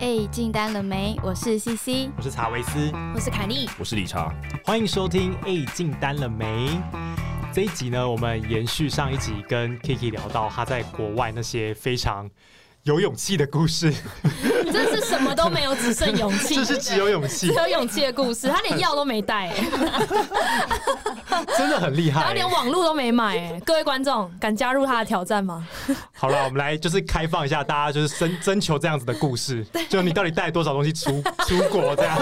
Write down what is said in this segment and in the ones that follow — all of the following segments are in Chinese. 哎，进单了没？我是 CC，我是查维斯，我是凯莉，我是理查。欢迎收听《哎，进单了没》这一集呢，我们延续上一集跟 Kiki 聊到他在国外那些非常有勇气的故事，这是什么都没有，只剩勇气，这是只有勇气 只，有勇气的故事。他连药都没带、欸，真的很厉然后害。连网路都没买、欸。各位观众，敢加入他的挑战吗？好了，我们来就是开放一下，大家就是征征求这样子的故事，就你到底带多少东西出出国这样？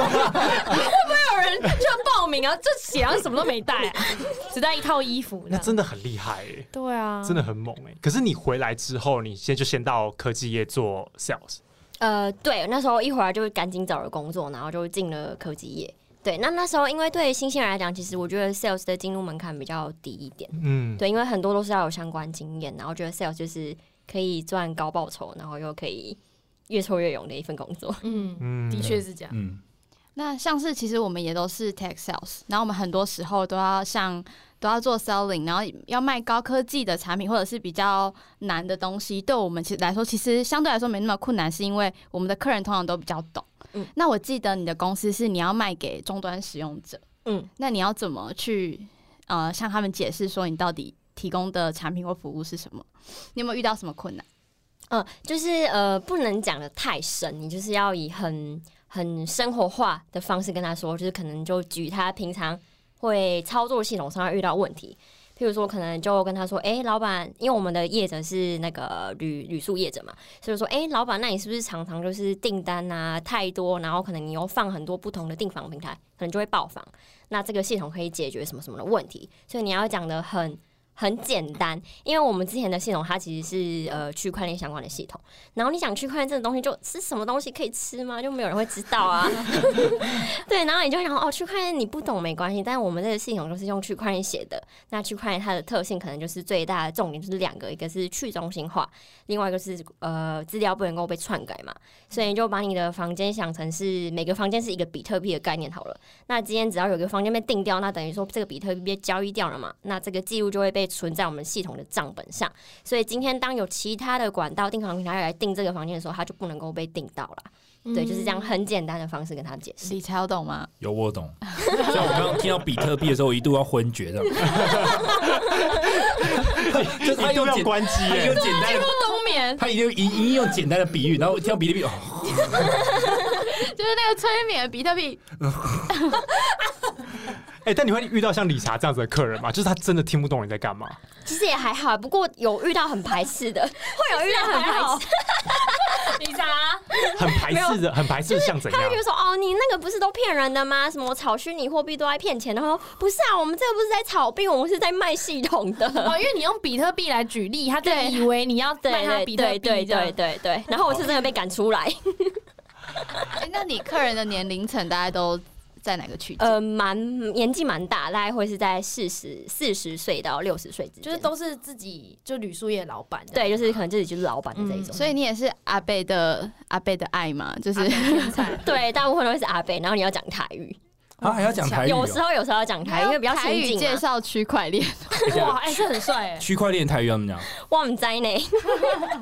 有人就报名啊，这血像什么都没带、啊， 只带一套衣服。那真的很厉害、欸，对啊，真的很猛哎、可是你回来之后，你先就先到科技业做 sales，呃，对，那时候一回来就赶紧找了工作，然后就进了科技业。对，那那时候因为对新鲜人来讲，其实我觉得 sales 的进入门槛比较低一点。嗯，对，因为很多都是要有相关经验，然后觉得 sales 就是可以赚高报酬，然后又可以越挫越勇的一份工作。嗯，嗯的确是这样。嗯，那像是其实我们也都是 tech sales，然后我们很多时候都要像都要做 selling，然后要卖高科技的产品或者是比较难的东西，对我们其实来说，其实相对来说没那么困难，是因为我们的客人通常都比较懂。嗯那我记得你的公司是你要卖给终端使用者，嗯，那你要怎么去呃向他们解释说你到底提供的产品或服务是什么？你有没有遇到什么困难？嗯，就是呃，不能讲的太深，你就是要以很很生活化的方式跟他说，就是可能就举他平常会操作系统上会遇到问题，譬如说可能就跟他说，哎、老板，因为我们的业者是那个旅旅宿业者嘛，所以说，哎、老板，那你是不是常常就是订单啊太多，然后可能你又放很多不同的订房平台，可能就会爆房，那这个系统可以解决什么什么的问题，所以你要讲的很。很简单，因为我们之前的系统它其实是呃区块链相关的系统，然后你想区块链这种东西就，是什么东西可以吃吗？就没有人会知道啊。对，然后你就会想哦，区块链你不懂没关系，但我们这个系统就是用区块链写的。那区块链它的特性可能就是最大的重点就是两个，一个是去中心化，另外一个是呃资料不能够被篡改嘛。所以你就把你的房间想成是每个房间是一个比特币的概念好了。那今天只要有一个房间被定掉，那等于说这个比特币被交易掉了嘛，那这个记录就会被存在我们系统的账本上。所以今天当有其他的管道订房平台来订这个房间的时候，它就不能够被订到了。嗯对，就是这样很简单的方式跟他解释。理财有懂吗？有我懂。 所以我刚刚听到比特币的时候，我一度要昏厥 的。就是他一度用要简，关机欸他耶、用简单的，冬眠他一定一定用简单的比喻，然后我听到比特币，哦， 就是那个催眠比特币，哎、但你会遇到像理查这样子的客人吗？就是他真的听不懂你在干嘛？其实也还好，不过有遇到很排斥 的，会有遇到很排斥。你啥？很排斥的，很排斥的像怎样他？会觉得说：“哦，你那个不是都骗人的吗？什么炒虚拟货币都在骗钱？”然后说：“不是啊，我们这个不是在炒币，我们是在卖系统的。 哦，因为你用比特币来举例，他就以为你要” 对卖他比对特对币对这样对对对。然后我是真的被赶出来， 哎、那你客人的年龄层大概都在哪个区间？呃，蛮年纪蛮大，大概会是在四十四十岁到六十岁之间，就是都是自己就旅宿业老板这样，对，就是可能自己就是老板的这嗯一种。所以你也是阿贝的阿贝的爱嘛，就是天才对， 大部分都会是阿贝，然后你要讲台语，他还要讲哎台语有时哦，候有时候要 讲台语，因为比较台亲语近介嘛。绍区块链，哇，哎、这很帅哎、 区块链台语要怎么讲？哇，你在呢？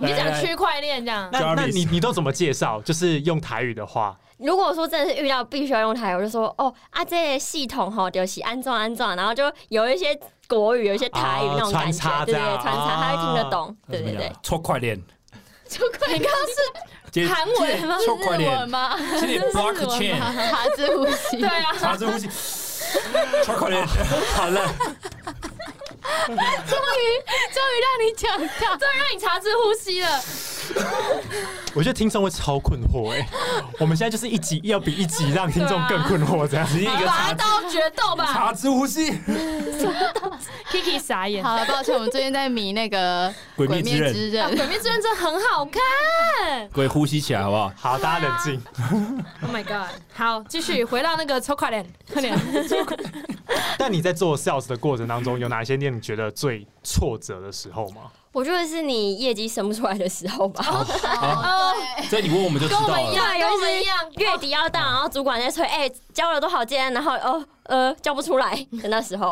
你就来讲来区块链这样，那那 Jarvis 你你都怎么介绍？就是用台语的话，如果说真的是遇到必须要用台语，我就说哦啊，这个系统吼就是安装安装，然后就有一些国语，有一些台语啊那种感穿插觉，对对这样对，穿插啊他会听得懂，对对怎么对讲，戳快链，你刚刚 接是韩文吗？ 戳快链，吗？接点 blockchain， 哈之呼吸。对啊，查这东西，戳 快链，好了，终于让你讲到，终于让你察知呼吸了，我觉得听众会超困惑哎、我们现在就是一集要比一集让听众啊更困惑这样。直接一个拔查刀决斗吧查之呼吸， ！Kiki 傻眼， 好啊了，抱歉，我们最近在迷那个《 鬼啊鬼灭之刃灭《之刃》 鬼灭之刃》真的很好看各位呼吸起来好不好？好，大家冷静。 ，Oh my god！好，继续回到那个抽快链，快点，但你在做 sales 的过程当中，有哪些令你觉得最挫折的时候吗？我觉得是你业绩生不出来的时候吧。好，哦，这你问我们就知跟我道们一了。样，对跟我就们是一样，月底哦要到，然后主管在催，哎、交了多少间，然后哦呃交不出来的那时候，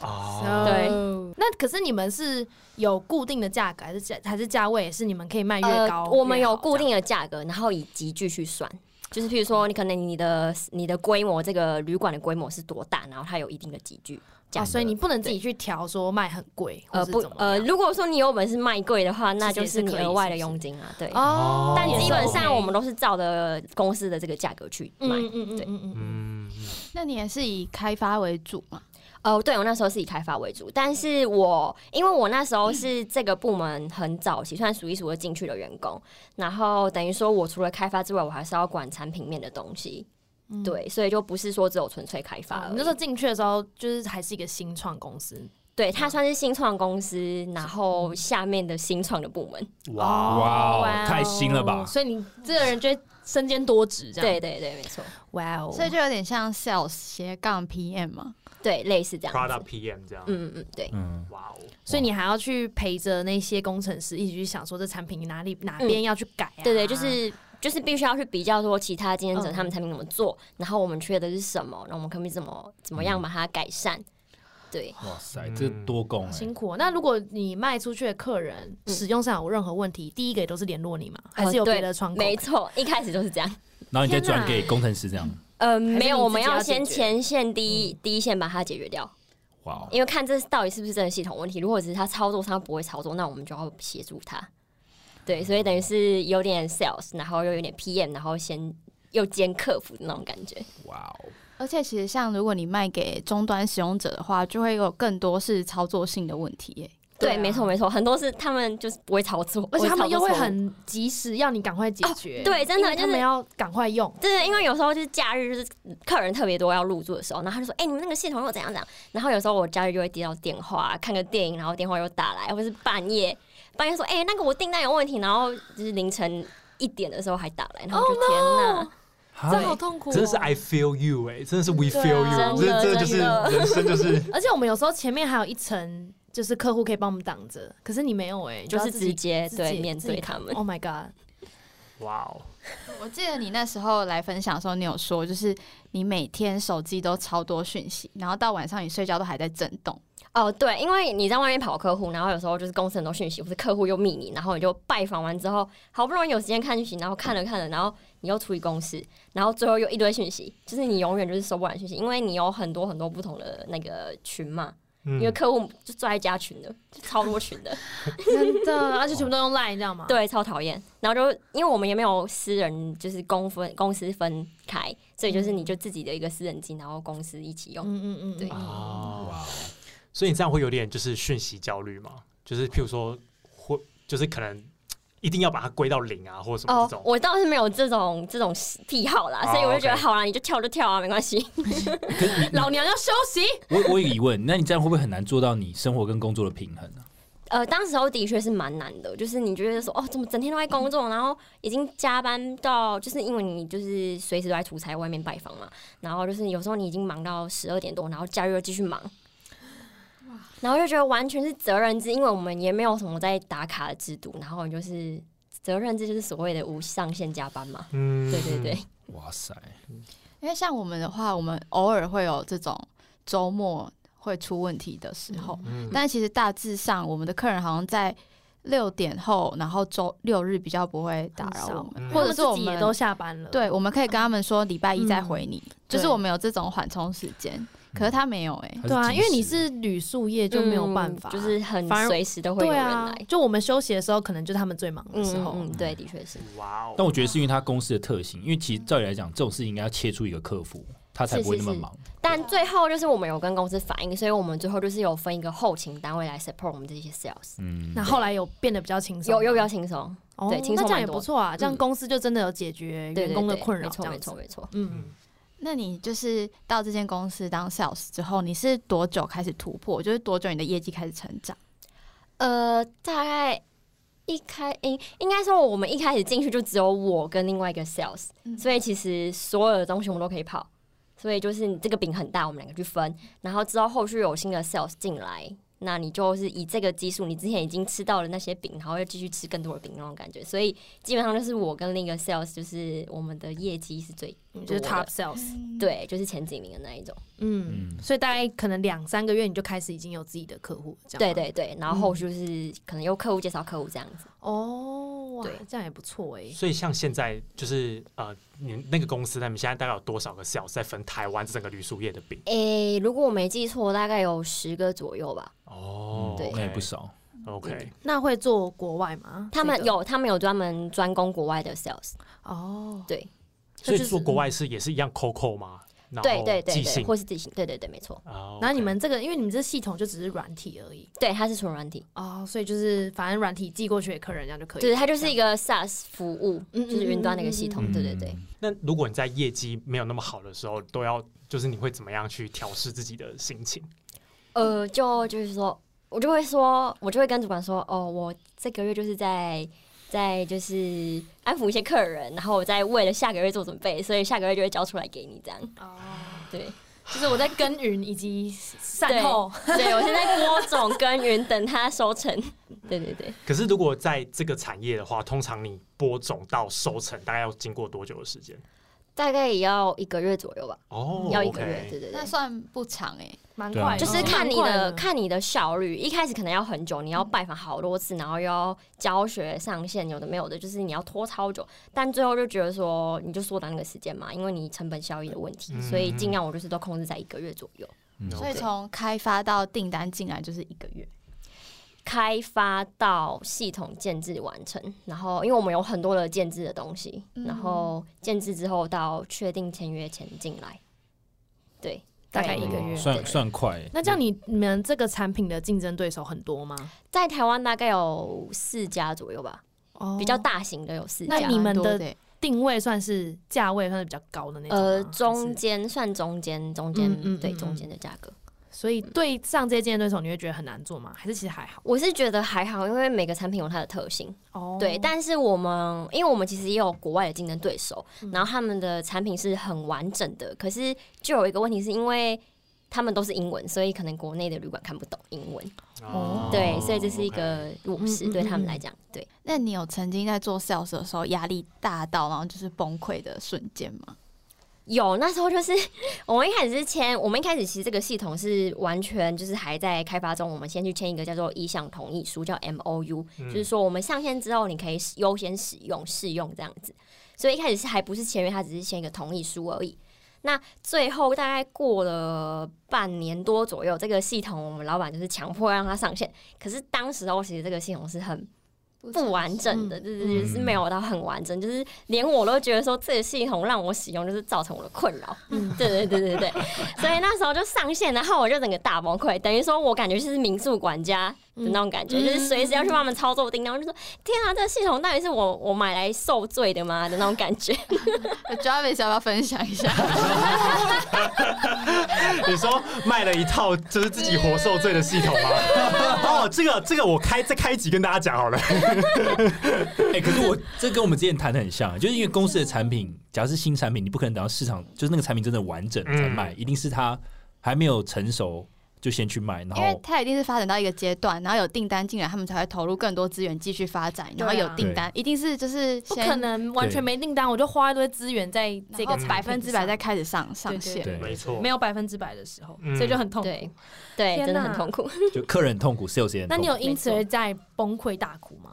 Oh 哦，对那可是你们是有固定的价格，还是价还是价位也是你们可以卖越高越好呃，这样？我们有固定的价格，然后以集聚去算。就是譬如说，你可能你的你的规模，这个旅馆的规模是多大，然后它有一定的集聚。价啊，格所以你不能自己去调说卖很贵，呃或是不怎么呃，样如果说你有本事卖贵的话，那就是其你实也是可以额外是的不是佣金啊，对。哦，但也是基本 OK 上我们都是照着公司的这个价格去卖。嗯嗯嗯对嗯嗯嗯，那你也是以开发为主嘛？哦，对我那时候是以开发为主，但是我因为我那时候是嗯这个部门很早期，算数一数二进去的员工，然后等于说我除了开发之外，我还是要管产品面的东西，嗯，对，所以就不是说只有纯粹开发啊。而已。你那时候进去的时候，就是还是一个新创公司，对，它算是新创公司，然嗯后下面的新创的部门，哇，哇哦哇哦太新了吧所以你这个人就会身兼多职，这样对，对对，没错，哇哦，所以就有点像 sales 斜杠 PM 嘛。对，类似这样 Product 子。 PM 这样，嗯嗯嗯，对。嗯，哇哦，所以你还要去陪着那些工程师一起去想说这产品哪里哪边要去改、啊嗯对对，就是就是必须要去比较说其他竞争者嗯他们产品怎么做，然后我们缺的是什么，然后我们可不可以怎么怎么样把它改善？对，哇塞，嗯这多功哎、辛苦哦、那如果你卖出去的客人嗯使用上有任何问题，第一个也都是联络你嘛，还是有别的窗口？哦没错，一开始就是这样。然后你再天哪转给工程师这样，呃，是没有，你我自们己要要解先决嗯前线第一第一线把它解决掉，哇哦，因为看这到底是不是真的系统问题。如果只是他操作上不会操作，那我们就要协助他。对，所以等于是有点 sales，然后又有点 PM，然后先又兼客服的那种感觉。哇哦，而且其实像如果你卖给终端使用者的话，就会有更多是操作性的问题耶、对对，啊没错没错，很多是他们就是不会操作，而且他们不会又操作会错误很及时要你赶快解决，哦对真因的为他就们是要赶快用。对，因为有时候就是假日，就是客人特别多要入住的时候，然后他就说：“哎、你们那个系统又怎样怎样。”然后有时候我假日就会接到电话，看个电影，然后电话又打来，或是半夜半夜说：“哎、那个我订单有问题。”然后就是凌晨一点的时候还打来，然后我就、天哪，啊这好痛苦、哦，真的是 I feel you 哎、真的是 We 对 feel 啊 you，真这这的就是真的人生 就是而且我们有时候前面还有一层，就是客户可以帮我们挡着，可是你没有哎、你就是要自己直接自己对面自己对他们。 Oh my god！哇哦，我记得你那时候来分享的时候，你有说，就是你每天手机都超多讯息，然后到晚上你睡觉都还在震动。哦，对，因为你在外面跑客户，然后有时候就是公司很多讯息，或是客户又密你，然后你就拜访完之后，好不容易有时间看讯息，然后看了看了，然后你又处理公司，然后最后又一堆讯息，就是你永远就是收不完讯息，因为你有很多很多不同的那个群嘛，嗯因为客户就坐在家群的，就超多群的，真的，而且全部都用 Line，你知道吗？，对，超讨厌。然后就因为我们也没有私人，就是公分公司分开，所以就是你就自己的一个私人机，然后公司一起用。嗯嗯嗯，对哦，哇哦，所以你这样会有点就是讯息焦虑嘛？就是譬如说会就是可能一定要把它归到零啊，或者什么哦这种。我倒是没有这种这种癖好啦，哦所以我就觉得 OK 好啦，你就跳就跳啊，没关系。可 是你老娘要休息。我我有疑问，那你这样会不会很难做到你生活跟工作的平衡呢、啊呃，当时候的确是蛮难的，就是你觉得说，哦，怎么整天都在工作，然后已经加班到，就是因为你就是随时都在出差、外面拜访嘛，然后就是有时候你已经忙到十二点多，然后假日又继续忙，然后就觉得完全是责任制，因为我们也没有什么在打卡的制度，然后你就是责任制，就是所谓的无上限加班嘛，嗯对对对，哇塞，因为像我们的话，我们偶尔会有这种周末会出问题的时候，嗯但其实大致上我们的客人好像在六点后，然后周六日比较不会打扰我很们，少或者是我自己也们都下班了，，对，我们可以跟他们说礼拜一嗯再回你，就是对我们有这种缓冲时间，可是他没有哎、欸它对啊，即因为时你的是旅宿业就没有办法，嗯就是很反而随时都会有对人啊来，，就我们休息的时候，可能就是他们最忙的时候。嗯，对，的确是。哇哦，但我觉得是因为它公司的特性，因为其实照理来讲，这种事情应该要切出一个客服，他才不会那么忙。但最后就是我们有跟公司反映，所以我们最后就是有分一个后勤单位来 support 我们这些 sales，嗯那后来有变得比较轻松吗，有有比较轻松，哦对轻那松这样蛮也多不错啊，这样嗯公司就真的有解决对员对工的对困扰，没错这样没子错没错。嗯，那你就是到这间公司当 sales 之后，你是多久开始突破？就是多久你的业绩开始成长？呃，大概一开应应该说我们一开始进去就只有我跟另外一个 sales，、嗯所以其实所有的东西我们都可以跑，所以就是你这个饼很大，我们两个去分，然后之后后续有新的 sales 进来。那你就是以这个基数，你之前已经吃到了那些饼，然后又继续吃更多的饼那种感觉，所以基本上就是我跟另一个 sales，就是我们的业绩嗯是最你就是多的 top sales，对，就是前几名的那一种。嗯，所以大概可能两三个月你就开始已经有自己的客户，这样对吗对对，然后后嗯续就是可能由客户介绍客户这样子。哦，哇对，这样也不错哎、所以像现在就是呃，你那个公司他们现在大概有多少个 sales 在分台湾整个旅宿业的饼？诶、如果我没记错，大概有十个左右吧。哦嗯对那也不少。 OK，那会做国外吗？他们这个有，他们有专门专攻国外的 sales，哦，对所以做国外是也是一样 COCO 吗？然对后对对寄对，信或是自己，对对对，没错，哦然后你 OK 们这个，因为你们这系统就只是软体而已对，它是纯软体，哦，所以就是反正软体寄过去给客人，这样就可以。对，它就是一个 SaaS 服务，嗯就是云端的一个系嗯统，对对对。，那如果你在业绩没有那么好的时候，都要就是你会怎么样去调试自己的心情？呃，就就是说，我就会说，我就会跟主管说，哦，我这个月就是在在就是安抚一些客人，然后我在为了下个月做准备，所以下个月就会交出来给你这样。哦，对，就是我在耕耘以及善对后，对我现在播种耕耘，等它收成。 对对对，可是如果在这个产业的话，通常你播种到收成大概要经过多久的时间？大概也要一个月左右吧，哦，要一个月 OK。对对对那。算不长哎、蛮对啊快的，就嗯是看你蛮快的看你的效率，一开始可能要很久，你要拜访好多次，然后又要教学上线，有的没有的，就是你要拖超久。但最后就觉得说，你就缩短那个时间嘛，因为你成本效益的问题，嗯所以尽量我就是都控制在一个月左右。嗯所以 OK 从开发到订单进来就是一个月。开发到系统建制完成，然后因为我们有很多的建制的东西，嗯然后建制之后到确定签约前进来，对，大概一个月。算算快欸。那这样你你们这个产品的竞争对手很多吗？在台湾大概有四家左右吧，哦比较。大型的有四那家。你们的蛮多欸定位算是价位算是比较高的那种吗，呃，啊还中是间算中间，中间、嗯嗯对嗯中间的价格，所以对上这些竞争对手，你会觉得很难做吗？还是其实还好？我是觉得还好，因为每个产品有它的特性。哦对，但是我们因为我们其实也有国外的竞争对手，嗯然后他们的产品是很完整的，可是就有一个问题，是因为他们都是英文，所以可能国内的旅馆看不懂英文，哦对，所以这是一个弱势嗯嗯对他们嗯来讲，对。那你有曾经在做 sales 的时候压力大到然后就是崩溃的瞬间吗？有，那时候就是 我们一开始是签，我们一开始其实这个系统是完全就是还在开发中，我们先去签一个叫做意向同意书，叫 M O U，、嗯就是说我们上线之后你可以优先使用试用这样子。所以一开始是还不是签约，它只是签一个同意书而已。那最后大概过了半年多左右，这个系统我们老板就是强迫让它上线，可是当时候其实这个系统是很不完 整的，就是嗯就是没有到很完整，就是连我都觉得说这个系统让我使用就是造成我的困扰，嗯 对对对对 对，所以那时候就上线，然后我就整个大崩溃，等于说我感觉就是民宿管家的那种感觉，嗯就是随时要去帮他们操作订单，我就说天啊，这个系统到底是我我买来受罪的吗的那种 感觉，呃 Jarvis 要不要分享一下？嗯你说卖了一套就是自己活受罪的系统 吗？哦，这个这个我开再开一集跟大家讲好了。哎，可是我这跟我们之前谈的很像，啊就是因为公司的产品，假如是新产品，你不可能等到市场就是那个产品真的完整才卖，一定是它还没有成熟就先去卖，然因为后它一定是发展到一个阶段，然后有订单进来，他们才会投入更多资源继续发展，然后有订单，一定是就是不先可能完全没订单，我就花一堆资源在这然个后产品百分之百上再开始上上线。对没错没，有百分之百的时候，嗯所以就很痛苦。对对，天真的哪很痛苦。就客人很痛苦，sales 也很那痛你苦有因此而在崩溃大哭吗？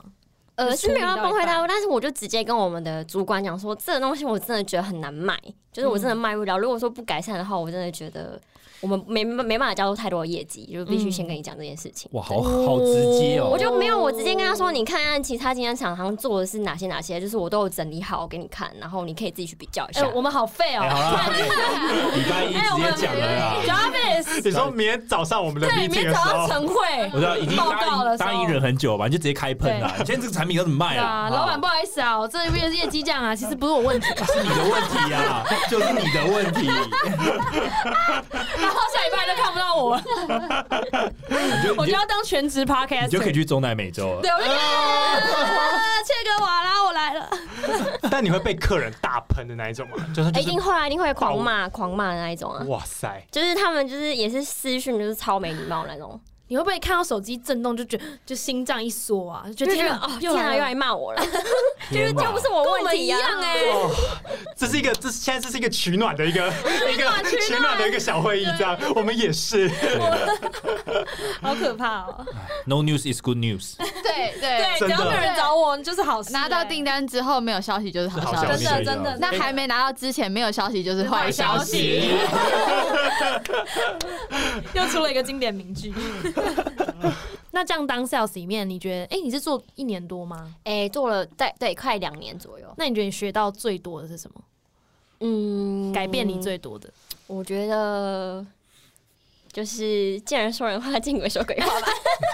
呃，你处是没理有要到崩一溃半大哭，但是我就直接跟我们的主管讲说，这个东西我真的觉得很难卖，就是我真的卖不了。如果说不改善的话，我真的觉得我们没没办法交出太多的业绩，就必须先跟你讲这件事情。哇，好好直接我哦，就没有，我直接跟他说，你看看其他竞争厂商做的是哪些哪些，就是我都有整理好给你看，然后你可以自己去比较一哎、下。我们好废哦、哎哎，好啦，礼拜哎一直接讲了啊啦。 Jarvis，你说明天早上我们的对，明 meeting 天的时早上候，晨会我知道已经报告答的应时候答应忍很久吧，你就直接开喷啦。你现在这个产品要怎么卖对啊啊，？老板不好意思啊，我这边业绩这样啊，其实不是我 问题。是你的问题啊，就是你的问题，然后下礼拜就看不到我了，你就我就你就要当全职 podcast。你就可以去中南美洲了。对，我就啊切格瓦拉，我来了。但你会被客人大喷的那一种吗？就是就哎一定是会啊，一定会狂骂狂骂的那一种啊， 哇塞，就是他们就是也是私讯就是超没礼貌那种。你会不会看到手机震动就觉得就心脏一缩啊？就就觉觉得得天哦哪，天又哪，来又了，来骂我了，就是这不是我跟我问题啊们一样哎哦，这是一个，这是现在这是一个取暖的一 个一个取暖的一个小会议，这样我们也是。好可怕哦！ No news is good news， 对对，对，真只的要没有人哦找我，就是好事。拿到欸订单之后没有消息就是好是好消消息息，真的啊真的，那还没拿到之前没有消息就是坏消 息。 又出了一个经典名句。那这样当 sales 里面，你觉得哎、你是做一年多吗？哎，做了对对快两年左右，那你觉得你学到最多的是什么？嗯，改变你最多的？我觉得就是见人说人话， 见鬼说鬼话吧。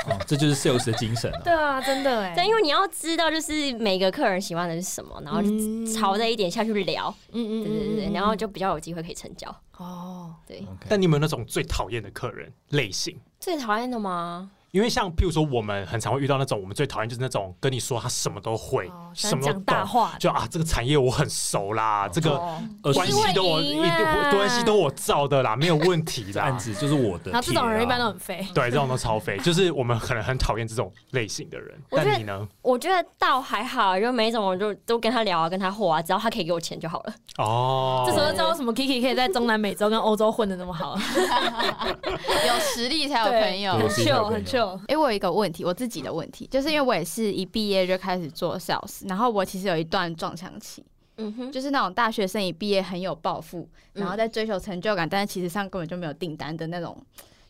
哦这就是 sales 的精神啊。啊，真的哎但因为你要知道，就是每个客人喜欢的是什么，然后就嗯朝这一点下去聊，嗯对对对对，然后就比较有机会可以成交。哦，对， OK，但你有没有那种最讨厌的客人类型？最讨厌的吗？因为像譬如说，我们很常会遇到那种我们最讨厌就是那种跟你说他什么都会，哦喜哎什欢么都讲大懂，话的，就啊这个产业我很熟啦，这个哦，二关十系都我因一为你赢啊关系都我造的啦，没有问题 案啦。子就是我的，然后这种人天啊一般都很废。对，这种都超肥，就是我们可能很讨厌这种类型的人。我觉得但你呢？我觉得倒还好，就没什么，就都跟他聊啊，跟他货啊，只要他可以给我钱就好了。哦，这时候知道为什么 Kiki 可以在中南美洲跟欧洲混的那么好，有实力才有对朋友。对很是一条 chill，朋友很 chill。哎、我有一个问题，我自己的问题，就是因为我也是一毕业就开始做 sales，然后我其实有一段撞墙期，嗯哼，就是那种大学生一毕业很有抱负，嗯然后在追求成就感，但是其实上根本就没有订单的那种，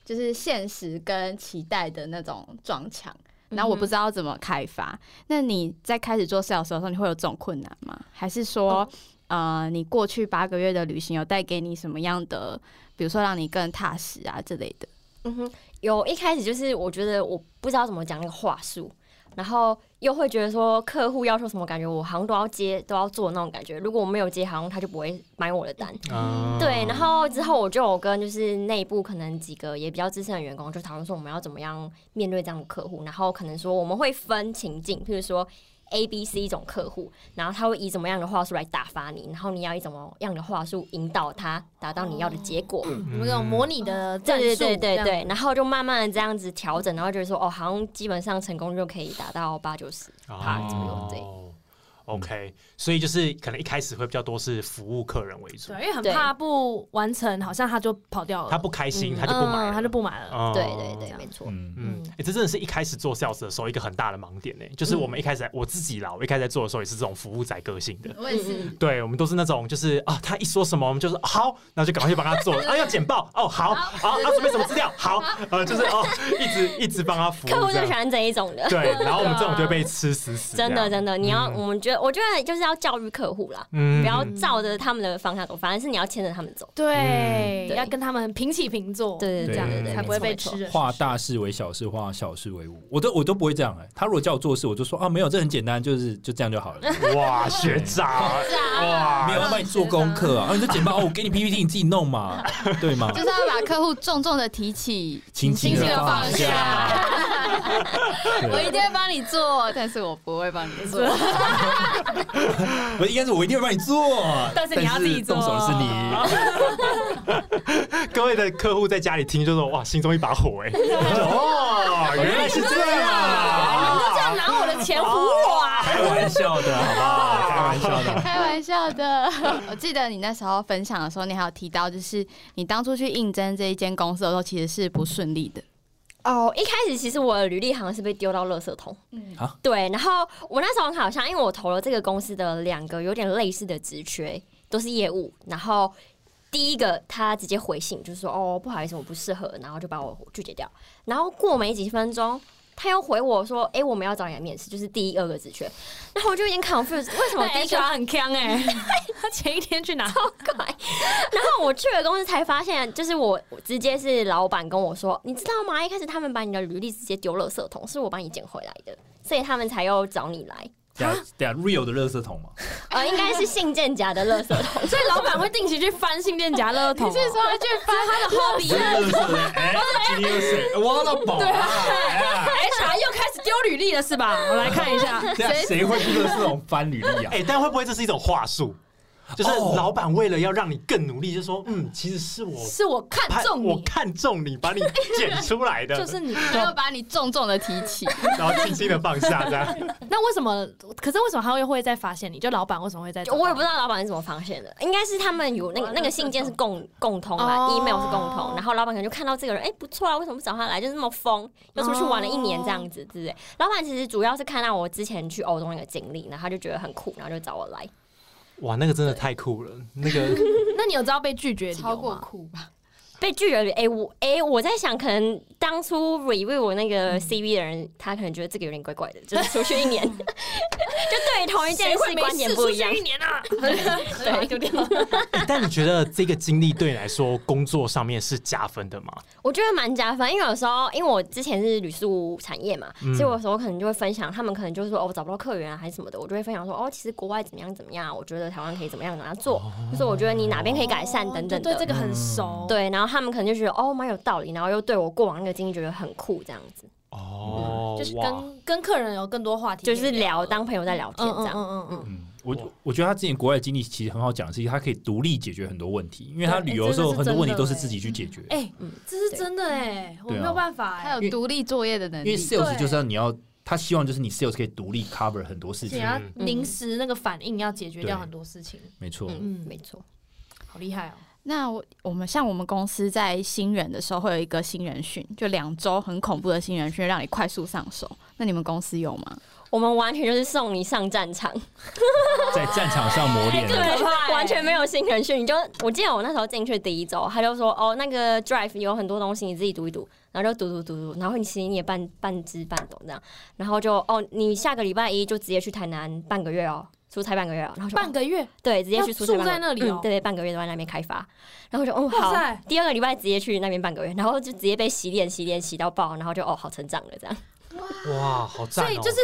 就是现实跟期待的那种撞墙。然后嗯我不知道怎么开发。那你在开始做 sales 的时候，你会有这种困难吗？还是哦说，呃，你过去八个月的旅行有带给你什么样的，比如说让你更踏实啊之类的？嗯哼，有一开始就是我觉得我不知道怎么讲那个话术，然后又会觉得说客户要求什么，感觉我好像都要接都要做那种感觉。如果我没有接，好像他就不会买我的单。嗯对，然后之后我就有跟就是内部可能几个也比较资深的员工就讨论说我们要怎么样面对这样的客户，然后可能说我们会分情境，譬如说 A、B、C 种客户，然后他会以怎么样的话术来打发你，然后你要以怎么样的话术引导他达到你要的结果。我们这种模拟的战对术，对对对这样对，然后就慢慢的这样子调整，然后觉得说哦，好像基本上成功就可以达到八九十趴左右，对。哦 OK，所以就是可能一开始会比较多是服务客人为主 对，，因为很对怕不完成，好像他就跑掉了，他不开心嗯他就不买了，嗯，他就不买了。哦对对对，没错。嗯，嗯，嗯哎、这真的是一开始做 sales 的时候一个很大的盲点呢、就是我们一开始、我自己啦，我一开始在做的时候也是这种服务仔个性的。我也是，对，我们都是那种，就是啊，他一说什么，我们就说好，那就赶快去帮他做啊，要简报哦，好，好，要、啊、准备什么资料，好，呃，就是哦，一直一直帮他服务客户这就喜样，欢这一种的。对，然后我们这种就被吃死死，真的真的，的，你要、嗯我们觉得，我觉得就是要教育客户啦，嗯不要照着他们的方向走，反而是你要牵着他们走。对，对要跟他们平起平坐，对对对对对对，才不会被没错吃。。人。化大事为小事，化小事为无。我都我都不会这样哎、他如果叫我做事，我就说啊，没有，这很简单，就是就这样就好了。哇，学长，哇，没有，要帮你做功课啊，啊你就简报哦，我给你 PPT，你自己弄嘛，对吗就？是要把客户重重的提起，轻轻轻的地放放下。 啊我一定会帮你做，但是我不会帮你做。不是，应该是我一定会帮你做， 但是你要自己做但是动手 的是你。各位的客户在家里听就说哇，心中一把火哎、哦，原来是这样啊，这样拿我的钱唬我啊！开玩笑的，好不哦好？开玩笑的。开玩笑的。 我记得你那时候分享的时候，你还有提到，就是你当初去应征这一间公司的时候，其实是不顺利的。哦，一开始其实我的履历好像是被丢到垃圾桶。嗯啊，对。然后我那时候很好笑，因为我投了这个公司的两个有点类似的职缺，都是业务。然后第一个他直接回信，就是说哦不好意思，我不适合，然后就把我拒绝掉。然后过没几分钟。他又回我说：“哎、我们要找你来面试，就是第一、二个职缺。”然后我就有点 confused，为什 么那第一个 HR 很强哎、 他前一天去拿， 然后我去了公司才发现，就是我我直接是老板跟我说，你知道吗？一开始他们把你的履历直接丢垃圾桶，是我帮你捡回来的，所以他们才又找你来。等下等下，real 的垃圾桶 嘛，呃，应该是信件夹的垃圾桶，所以老板会定期去翻信件夹垃圾桶、你是 说去翻他的垃圾嘞，哎，今天又是挖到宝啊！ HR 又开始丢履历 了是吧？我来看一下，这样谁会去垃圾桶翻履历啊？哎、但会不会这是一种话术？就是哦老板为了要让你更努力，就说嗯，其实是我是我看看中我你，看中你，把你捡出来的， 就是你。然后把你重重的提 起，然后轻轻的放下，这样 那为什么？可是为什么他会会再发现你？就老板为什么会再？就我也不知道老板是怎么发现的，应该是他们有那个那个信件是共共通哦嘛、e m a i l 是共通，然后老板可能就看到这个人，哎、不错啊，为什么不找他来？就是那么疯，又出去玩了一年这样子，对不对？老板其实主要是看到我之前去欧洲那个经历，然后他就觉得很酷，然后就找我来。哇，那个真的太酷了，那个那你有知道被拒绝的理由吗？哦酷吧？被拒绝了，哎、我哎、我在想，可能当初 review 我那个嗯 CV 的人，他可能觉得这个有点怪怪的，就是出去 一年，就对于同一件谁会事没观点事不出一样去一。年 啊？对，丢掉。欸但你觉得这个经历对你来说工作上面是加分的吗？我觉得蛮加分，因为有时候因为我之前是旅宿产业嘛，嗯所以我有时候可能就会分享，他们可能就是说哦，我找不到客源啊，还是什么的，我就会分享说哦，其实国外怎么样怎么样，我觉得台湾可以怎么样怎么样做，就是我觉得你哪边可以改善等等哦就对这个的。很熟。，对，然后他们可能就觉得哦蛮有道理，然后又对我过往那个经历觉得很酷，这样子哦，就是哇，跟跟客人有更多话题可就以，是聊当朋友在聊嗯天这嗯样。嗯嗯嗯，嗯，我我觉得他之前国外的经历其实很好讲，是他可以独立解决很多问题，因为他旅游的时候对哎真很的多是问题真的都是哎自己去解决。哎嗯，这是真的哎，我对啊没有办法还哎。有独立作业的能因为力， sales 对就是要你要，他希望就是你 sales 可以独立 cover 很多事你情，要嗯临时那个反应要解决掉对很多事情，没错。嗯，没错。好厉害哦！那我我们像我们公司在新人的时候会有一个新人训，就两周很恐怖的新人训，让你快速上手。那你们公司有吗？我们完全就是送你上战场，在战场上磨练这个啊，可怕欸完全没有新人训。你就我记得我那时候进去第一周，他就说哦，那个 Drive 有很多东西，你自己读一读，然后就读读读读，然后你其实你也半半知半懂这样，然后就哦，你下个礼拜一就直接去台南半个月哦。出差半个月哦，然后就半个月对，直接去出差半个要住在那里哦嗯对，半个月都在那边开发，然后就哦哇好塞，第二个礼拜直接去那边半个月，然后就直接被洗脸洗脸洗到爆，然后就哦好成长了这样，哇，好赞所哦！以就是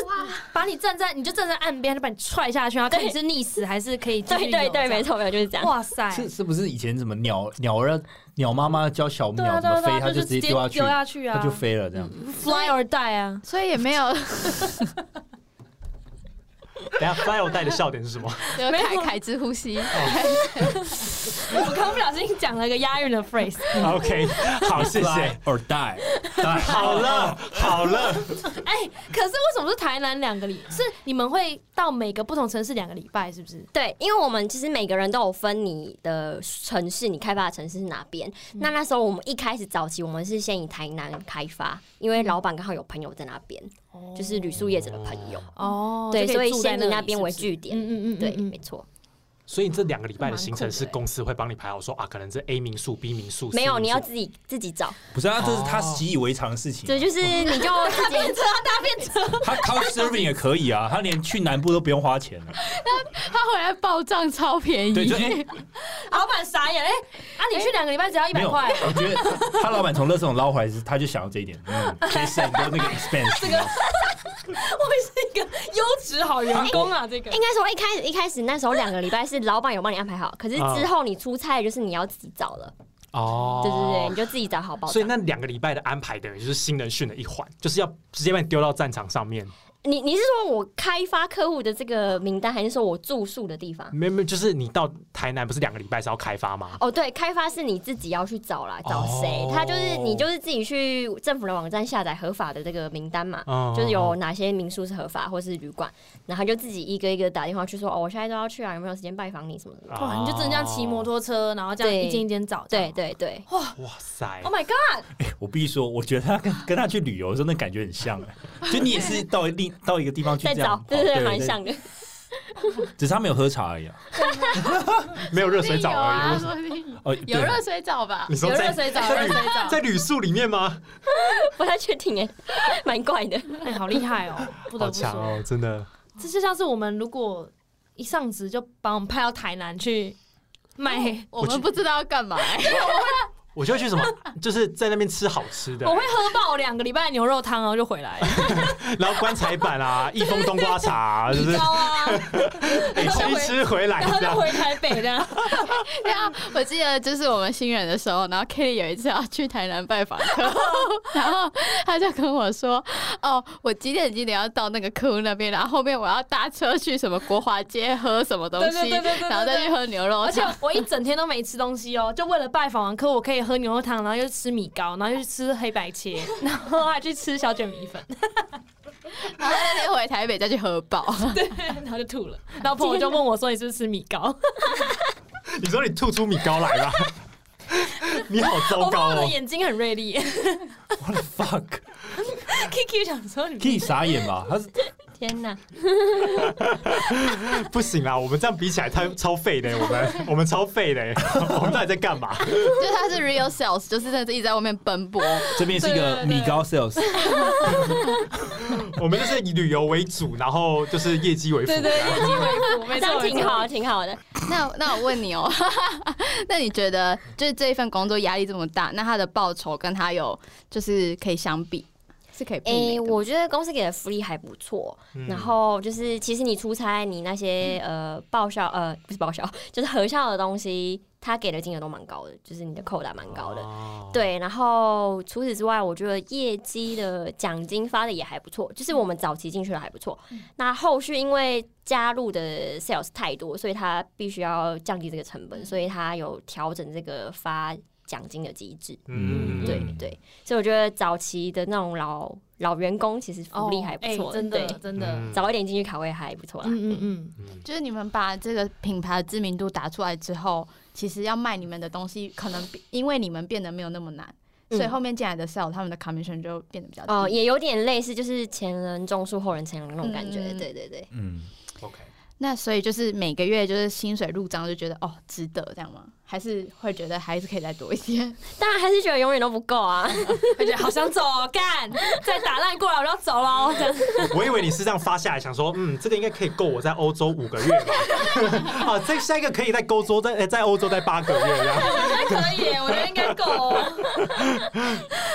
把你站在，你就站在岸边，就把你踹下去，然后看你是溺死还是可以继续对对游对，没。这错没错就是这样样，哇塞！是是不是以前什么鸟鸟儿鸟妈妈教小对鸟啊对怎么啊对飞，啊，它就直接丢下去丢，下去啊，它就飞了这样。 fly or die 啊！所以也没有，等一下 fly or die 的笑点是什 么？ 有凯凯之呼 吸。 我刚不小心讲了一个押韵的 phrase， OK，好，谢谢。 ，or die，die 好了，好了， 哎，可是为什么是台南两个礼？是你们会到每个不同城市两个礼拜，是不是？对，因为我们其实每个人都有分你的城市，你开发的城市是哪边。那那时候我们一开始早期，我们是先以台南开发，因为老板刚好有朋友在那边，就是旅宿业者的朋友，哦，对，就所可以住在先以那里边为是不是 据点。嗯嗯嗯，对，嗯没错。所以这两个礼拜的行程是蛮酷的欸公司会帮你排好说，啊，可能这 A 民宿、B 民宿，C 没民有，宿你要自己自己找， 不是啊，这是哦他习以为常的事情啊对，。就是你 就自己他 couch serving 也可以啊，他连去南部都不用花钱了。他回来报账超便宜， 对，就哎，老板傻眼，哎，啊，你去两个礼拜只要一没百有， 块，我觉得他他老板从垃圾桶捞回来时，他就想到这一点，嗯，可以省很多那个 expense。这个一个优质好员工啊，这个哎应该说一开始一开始那时候两个礼拜是老板有帮你安排好，可是之啊后你出差就是你要自己找了，哦，对对对，你。就自己找好包所以场。那两个礼拜的安排等于就是新人训的一环，就是要直接把你丢到战场上面。你你是说我开发客户的这个名单，还是说我住宿的地方？没有没有，就是你到台南不是两个礼拜是要开发吗？哦，对，开发是你自己要去找啦，找哦谁？他就是你就是自己去政府的网站下载合法的这个名单嘛，嗯就是有哪些民宿是合法或是旅馆，然后就自己一个一个打电话去说，哦，我现在都要去啊，有没有时间拜访你什么什么？啊哇，你就只能这样骑摩托车，然后这样对一间一间找，对。对对，啊哇塞 Oh my god！我必须说，我觉得他跟跟他去旅游的时候，那感觉很像，啊就你也是到另到一个地方去在这样哦找跑，，对对对，蛮，像的。只是他没有喝茶而已啊。没有热水澡而已。已，哦，有啊对热水澡吧 你？说啊有在热水 澡，有在旅热水澡，在旅宿里面吗？不太确定哎， 蛮怪的。哎，好厉害哦！不得好不强说，哦，真的。这就像是我们如果一上职就把我们派到台南去卖，哦 我们不知道要干嘛、欸，我就会 去什么，就是在那边吃好吃的我，会喝爆两个礼拜的牛肉汤，然后就回来了，然后棺材板 啊，益丰冬瓜茶、啊，就你是知道啊， 哎吃一吃回来然后这就样。回台北这样。对啊，我记得就是我们新人的时候，然后 Kitty 有一次要去台南拜访客户，然后他就跟我说：“哦，我几点几点要到那个客户那边，然后后面我要搭车去什么国华街喝什么东西，对对对对对对然后再去喝牛 肉而且汤。我一整天都没吃东西哦，就为了拜访完客户，我可以喝牛肉汤，然后又吃米糕，然后又去吃黑白切，然后还去吃小卷米粉，然后那天回台北再去喝饱。 然后就吐了。然后朋友就问我说：“你是不是吃米糕你说你吐出米糕 来吧，你好？”糟我发现我糕的哦！眼睛很锐 利。我的 fuck， Kiki 想说你可以傻眼吧？他是天哪！不行啦，我们这样比起来太超废的，我们我们超废的， 我们到底在干嘛？就是他是 real sales，就是真的是一直在外面奔波。这边是一个对对对米糕 sales， 我们就是以旅游为主，然后就是业绩为辅。对 对，眼睛微服，没这样错，挺好，挺好的。那那我问你哦， 那你觉得就是这一份工作压力这么大，那他的报酬跟他有就是可以相比，是可以媲诶、美的吗我觉得公司给的福利还不错，嗯然后就是其实你出差，你那些呃报销呃不是报销， 就是核销的东西，他给的金额都蛮高的，就是你的扣打蛮高的。哦，对，然后除此之外，我觉得业绩的奖金发的也还不错，就是我们早期进去的还不错。嗯那后续因为加入的 sales 太多，所以他必须要降低这个成嗯本，所以他有调整这个发奖金的机制。嗯，对嗯对，所以我觉得早期的那种老老员工其实福利还不错、哦哎真对的真的。嗯早一点进去卡位还不错啦。嗯嗯嗯，嗯就是你们把这个品牌的知名度打出来之后，其实要卖你们的东西，可能比因为你们变得没有那么难，嗯所以后面进来的 sale 他们的 commission 就变得比较低。哦、也有点类似，就是前人种树，后人乘凉那种感觉。嗯对对对，嗯， ，OK，那所以就是每个月就是薪水入账就觉得哦值得这样吗？还是会觉得还是可以再多一 点？当然还是觉得永远都不够啊。 而且好想走哦， 干，再打烂过来我就要走了。这样我以为你是这样发下来，想说，嗯，这个应该可以够我在欧洲五个月吧？ 啊，这下一个可以在欧洲在呃在欧洲待八个月这样。 我觉得可以耶，我觉得应该够哦。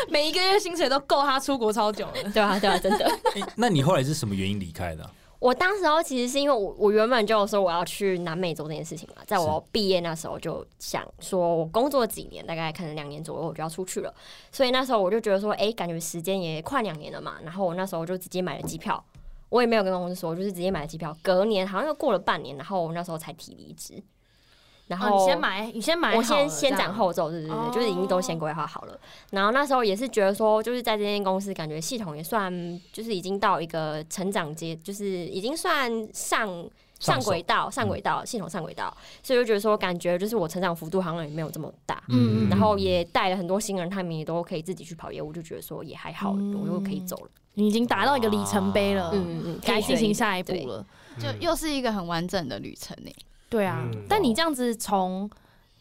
每一个月薪水都够他出国超久的。对啊对啊，真的。诶那你后来是什么原因离开的啊？我当时候其实是因为我我原本就有说我要去南美洲这件事情嘛，在我毕业那时候就想说，我工作几年，大概可能两年左右我就要出去了，所以那时候我就觉得说，哎、感觉时间也快两年了嘛，然后我那时候就直接买了机票，我也没有跟公司说，我就是直接买了机票，隔年好像又过了半年，然后我那时候才提离职，然哦，后、你先买，你先买好了，我先先这样斩后奏，对对对，哦就是已经都先规划好了。然后那时候也是觉得说，就是在这间公司，感觉系统也算就是已经到一个成长阶，就是已经算上上上手轨道，上轨道，系统上轨道，所以就觉得说，感觉就是我成长幅度好像也没有这么大。嗯然后也带了很多新人，他们也都可以自己去跑业务，就觉得说也还好，嗯我又可以走了。你已经达到一个里程碑了，嗯嗯嗯，该进行学下一步对了。就又是一个很完整的旅程欸呢、对啊，嗯但你这样子从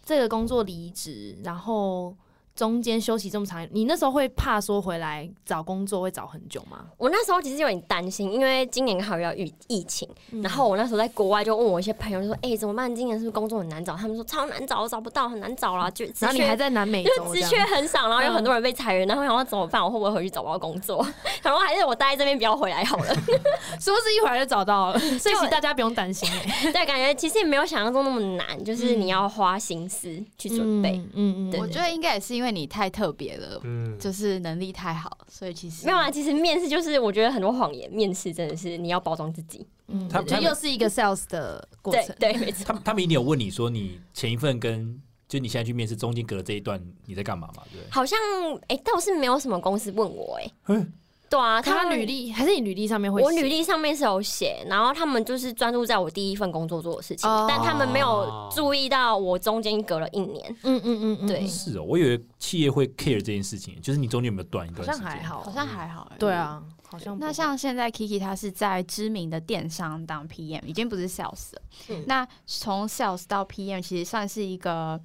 这个工作离职，然后中间休息这么长，你那时候会怕说回来找工作会找很久吗？我那时候其实有点担心，因为今年刚好要疫疫情，嗯然后我那时候在国外就问我一些朋友，就说：“哎、怎么办？今年是不是工作很难找？”他们说：“超难找，找不到，很难找啦。”就然后你还在在南美就洲这职 缺样，嗯很少，然后有很多人被裁员，然后我想要怎么办？我会不会回去找不到工作？ 然后还是我待在这边不要回来好了。 是不是一会儿就找到了？所以其实大家不用担心、欸，对，感觉其实也没有想象中那么难，就是你要花心思去准备。嗯嗯，嗯嗯对我觉得应该也是因为你太特别了，嗯，就是能力太好，所以其实没有啊，其实面试就是我觉得很多谎言，面试真的是你要包装自己。嗯，他就又是一个 sales 的过对程，对，没错。 他他们一定有问你说你前一份跟就你现在去面试中间隔了这一段你在干嘛嘛？对不对，好像哎、倒是没有什么公司问我哎、嗯对啊，看他他们履历还是你履历上面会写，我履历上面是有写，然后他们就是专注在我第一份工作做的事情，哦但他们没有注意到我中间隔了一年。嗯，嗯嗯嗯嗯，对是哦，我以为企业会 care 这件事情，就是你中间有没有断一好段时像间？还好好，像还好、欸。对啊，好像不那会像现在 Kiki 她是在知名的电商当 PM，已经不是 sales 了。嗯那从 sales 到 PM，其实算是一个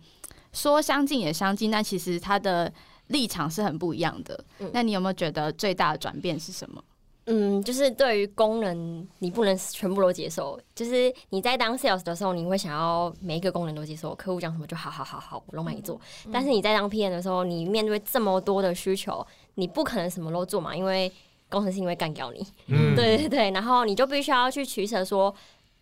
说相近也相近，但其实他的立场是很不一样的。嗯那你有没有觉得最大的转变是什么？嗯，就是对于功能，你不能全部都接受。就是你在当 sales 的时候，你会想要每一个功能都接受，客户讲什么就好好好好，我都满意嗯做。但是你在当 PM 的时候，你面对这么多的需求，你不可能什么都做嘛，因为工程师因为干掉你。嗯，对对对，然后你就必须要去取舍说。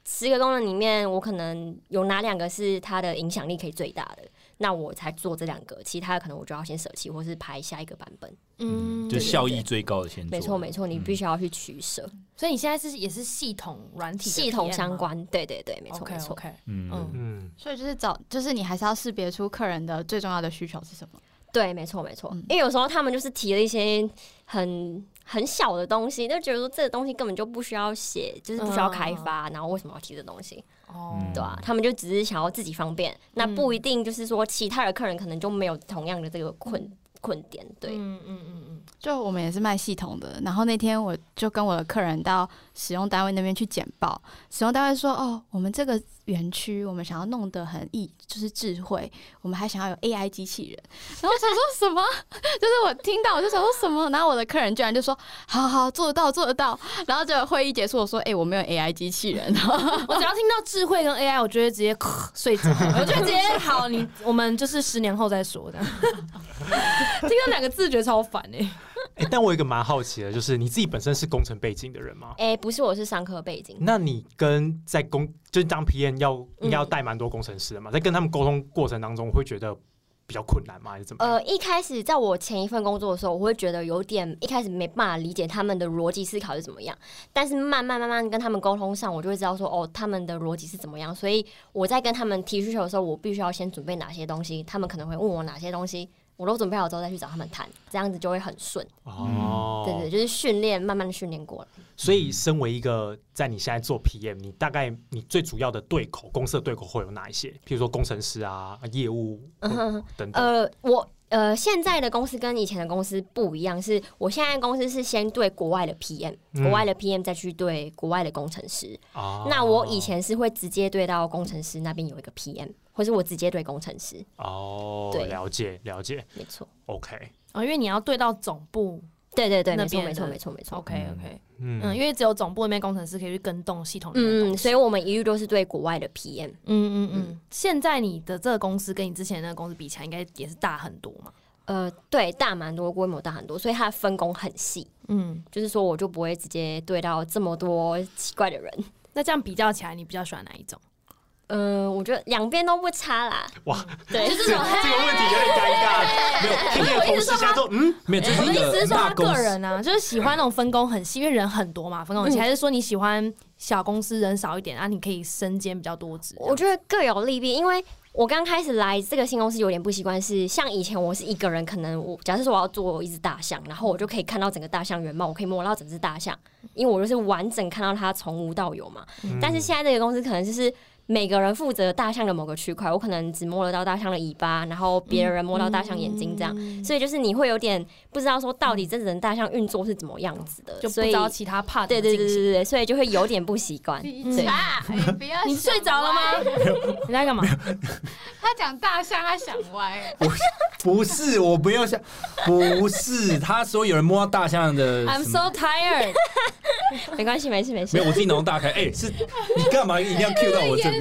十个功能里面，我可能有哪两个是它的影响力可以最大的，那我才做这两个，其他的可能我就要先舍弃，或是排下一个版本。嗯，嗯，就效益最高的先做。没错，没错，你必须要去取舍，所以你现在是也是系统软嗯体的系统 PM 相吗，关。对对对，没错 OK 没错。 OK，嗯嗯，嗯，所以就是找，就是你还是要识别出客人的最重要的需求是什么。对，没错，没错嗯。因为有时候他们就是提了一些很很小的东西，就觉得说这个东西根本就不需要写，就是不需要开发，然后为什么要提这东西？哦，嗯对啊，他们就只是想要自己方便，那嗯不一定就是说其他的客人可能就没有同样的这个困困点。对，嗯嗯嗯嗯，就我们也是卖系统的，然后那天我就跟我的客人到使用单位那边去简报，使用单位说：“哦，我们这个园区我们想要弄得很易，就是智慧，我们还想要有 AI 机器人。”然后我想说什么？就是我听到我就想说什么，然后我的客人居然就说：“哦好好做得到，做得到。”然后就会议结束，我说：“哎、我没有 AI 机器人。”然后我只要听到智慧跟 AI，我就会直接睡着，我就会直接好，你我们就是十年后再说的。 听到两个字觉得超烦哎、哎，但我有一个蛮好奇的，就是你自己本身是工程背景的人吗？哎、不是，我是商科背景。那你跟在工就是当 PM 要嗯应该要带蛮多工程师的嘛，在跟他们沟通过程当中，会觉得比较困难吗？还是怎么样？呃，一开始在我前一份工作的时候，我会觉得有点一开始没办法理解他们的逻辑思考是怎么样，但是慢慢慢慢跟他们沟通上，我就会知道说哦，他们的逻辑是怎么样。所以我在跟他们提需求的时候，我必须要先准备哪些东西，他们可能会问我哪些东西，我都准备好之后再去找他们谈，这样子就会很顺。哦，嗯对对，就是训练，慢慢的训练过了。所以，身为一个在你现在做 PM，你大概你最主要的对口，公司的对口会有哪一些？譬如说工程师啊、业务、等等。呃，我呃现在的公司跟以前的公司不一样，是我现在的公司是先对国外的 PM，、嗯国外的 PM 再去对国外的工程师。哦那我以前是会直接对到工程师那边有一个 PM，或是我直接对工程师，哦，对了解了解没错。 ，OK，哦，因为你要对到总部对对对，那没错边没错的哦没错没错。 ，OK OK，嗯嗯，因为只有总部那边工程师可以去跟动系统里面的东西。嗯嗯，所以我们一律都是对国外的 PM。嗯嗯嗯嗯，现在你的这个公司跟你之前那个公司比起来，应该也是大很多嘛。呃，对，大蛮多，规模大很多，所以它的分工很细，嗯，就是说我就不会直接对到这么多奇怪的人。那这样比较起来，你比较喜欢哪一种？嗯、我觉得两边都不差啦。哇，对，就是这个这个问题有点尴尬，没有，听 见同事现在都嗯，没有，这我的是一意思是个说，大他公个司。人啊，就是喜欢那种分工很细，因为人很多嘛，分工很细，还是说你喜欢小公司人少一点啊，你可以身兼比较多职？我觉得各有利弊，因为我刚开始来这个新公司有点不习惯，是像以前我是一个人，可能我假设说我要做一只大象，然后我就可以看到整个大象原貌，我可以摸到整只大象，因为我就是完整看到它从无到有嘛。嗯但是现在这个公司可能就是。每个人负责大象的某个区块，我可能只摸得到大象的尾巴，然后别人摸到大象眼睛这样，嗯所以就是你会有点不知道说到底这整个大象运作是怎么样子的，就不所以知道其他怕对对对对对对，所以就会有点不习惯。对，你啊哎不要你睡着了吗？你在干 嘛？他讲大象，他想歪。不是，我不要想，不是，他说有人摸到大象 的 I'm 什么 so tired。 没关系，没事没事没。有，我自己脑洞大开。哎，是你干嘛一定要 cue 到我这 边？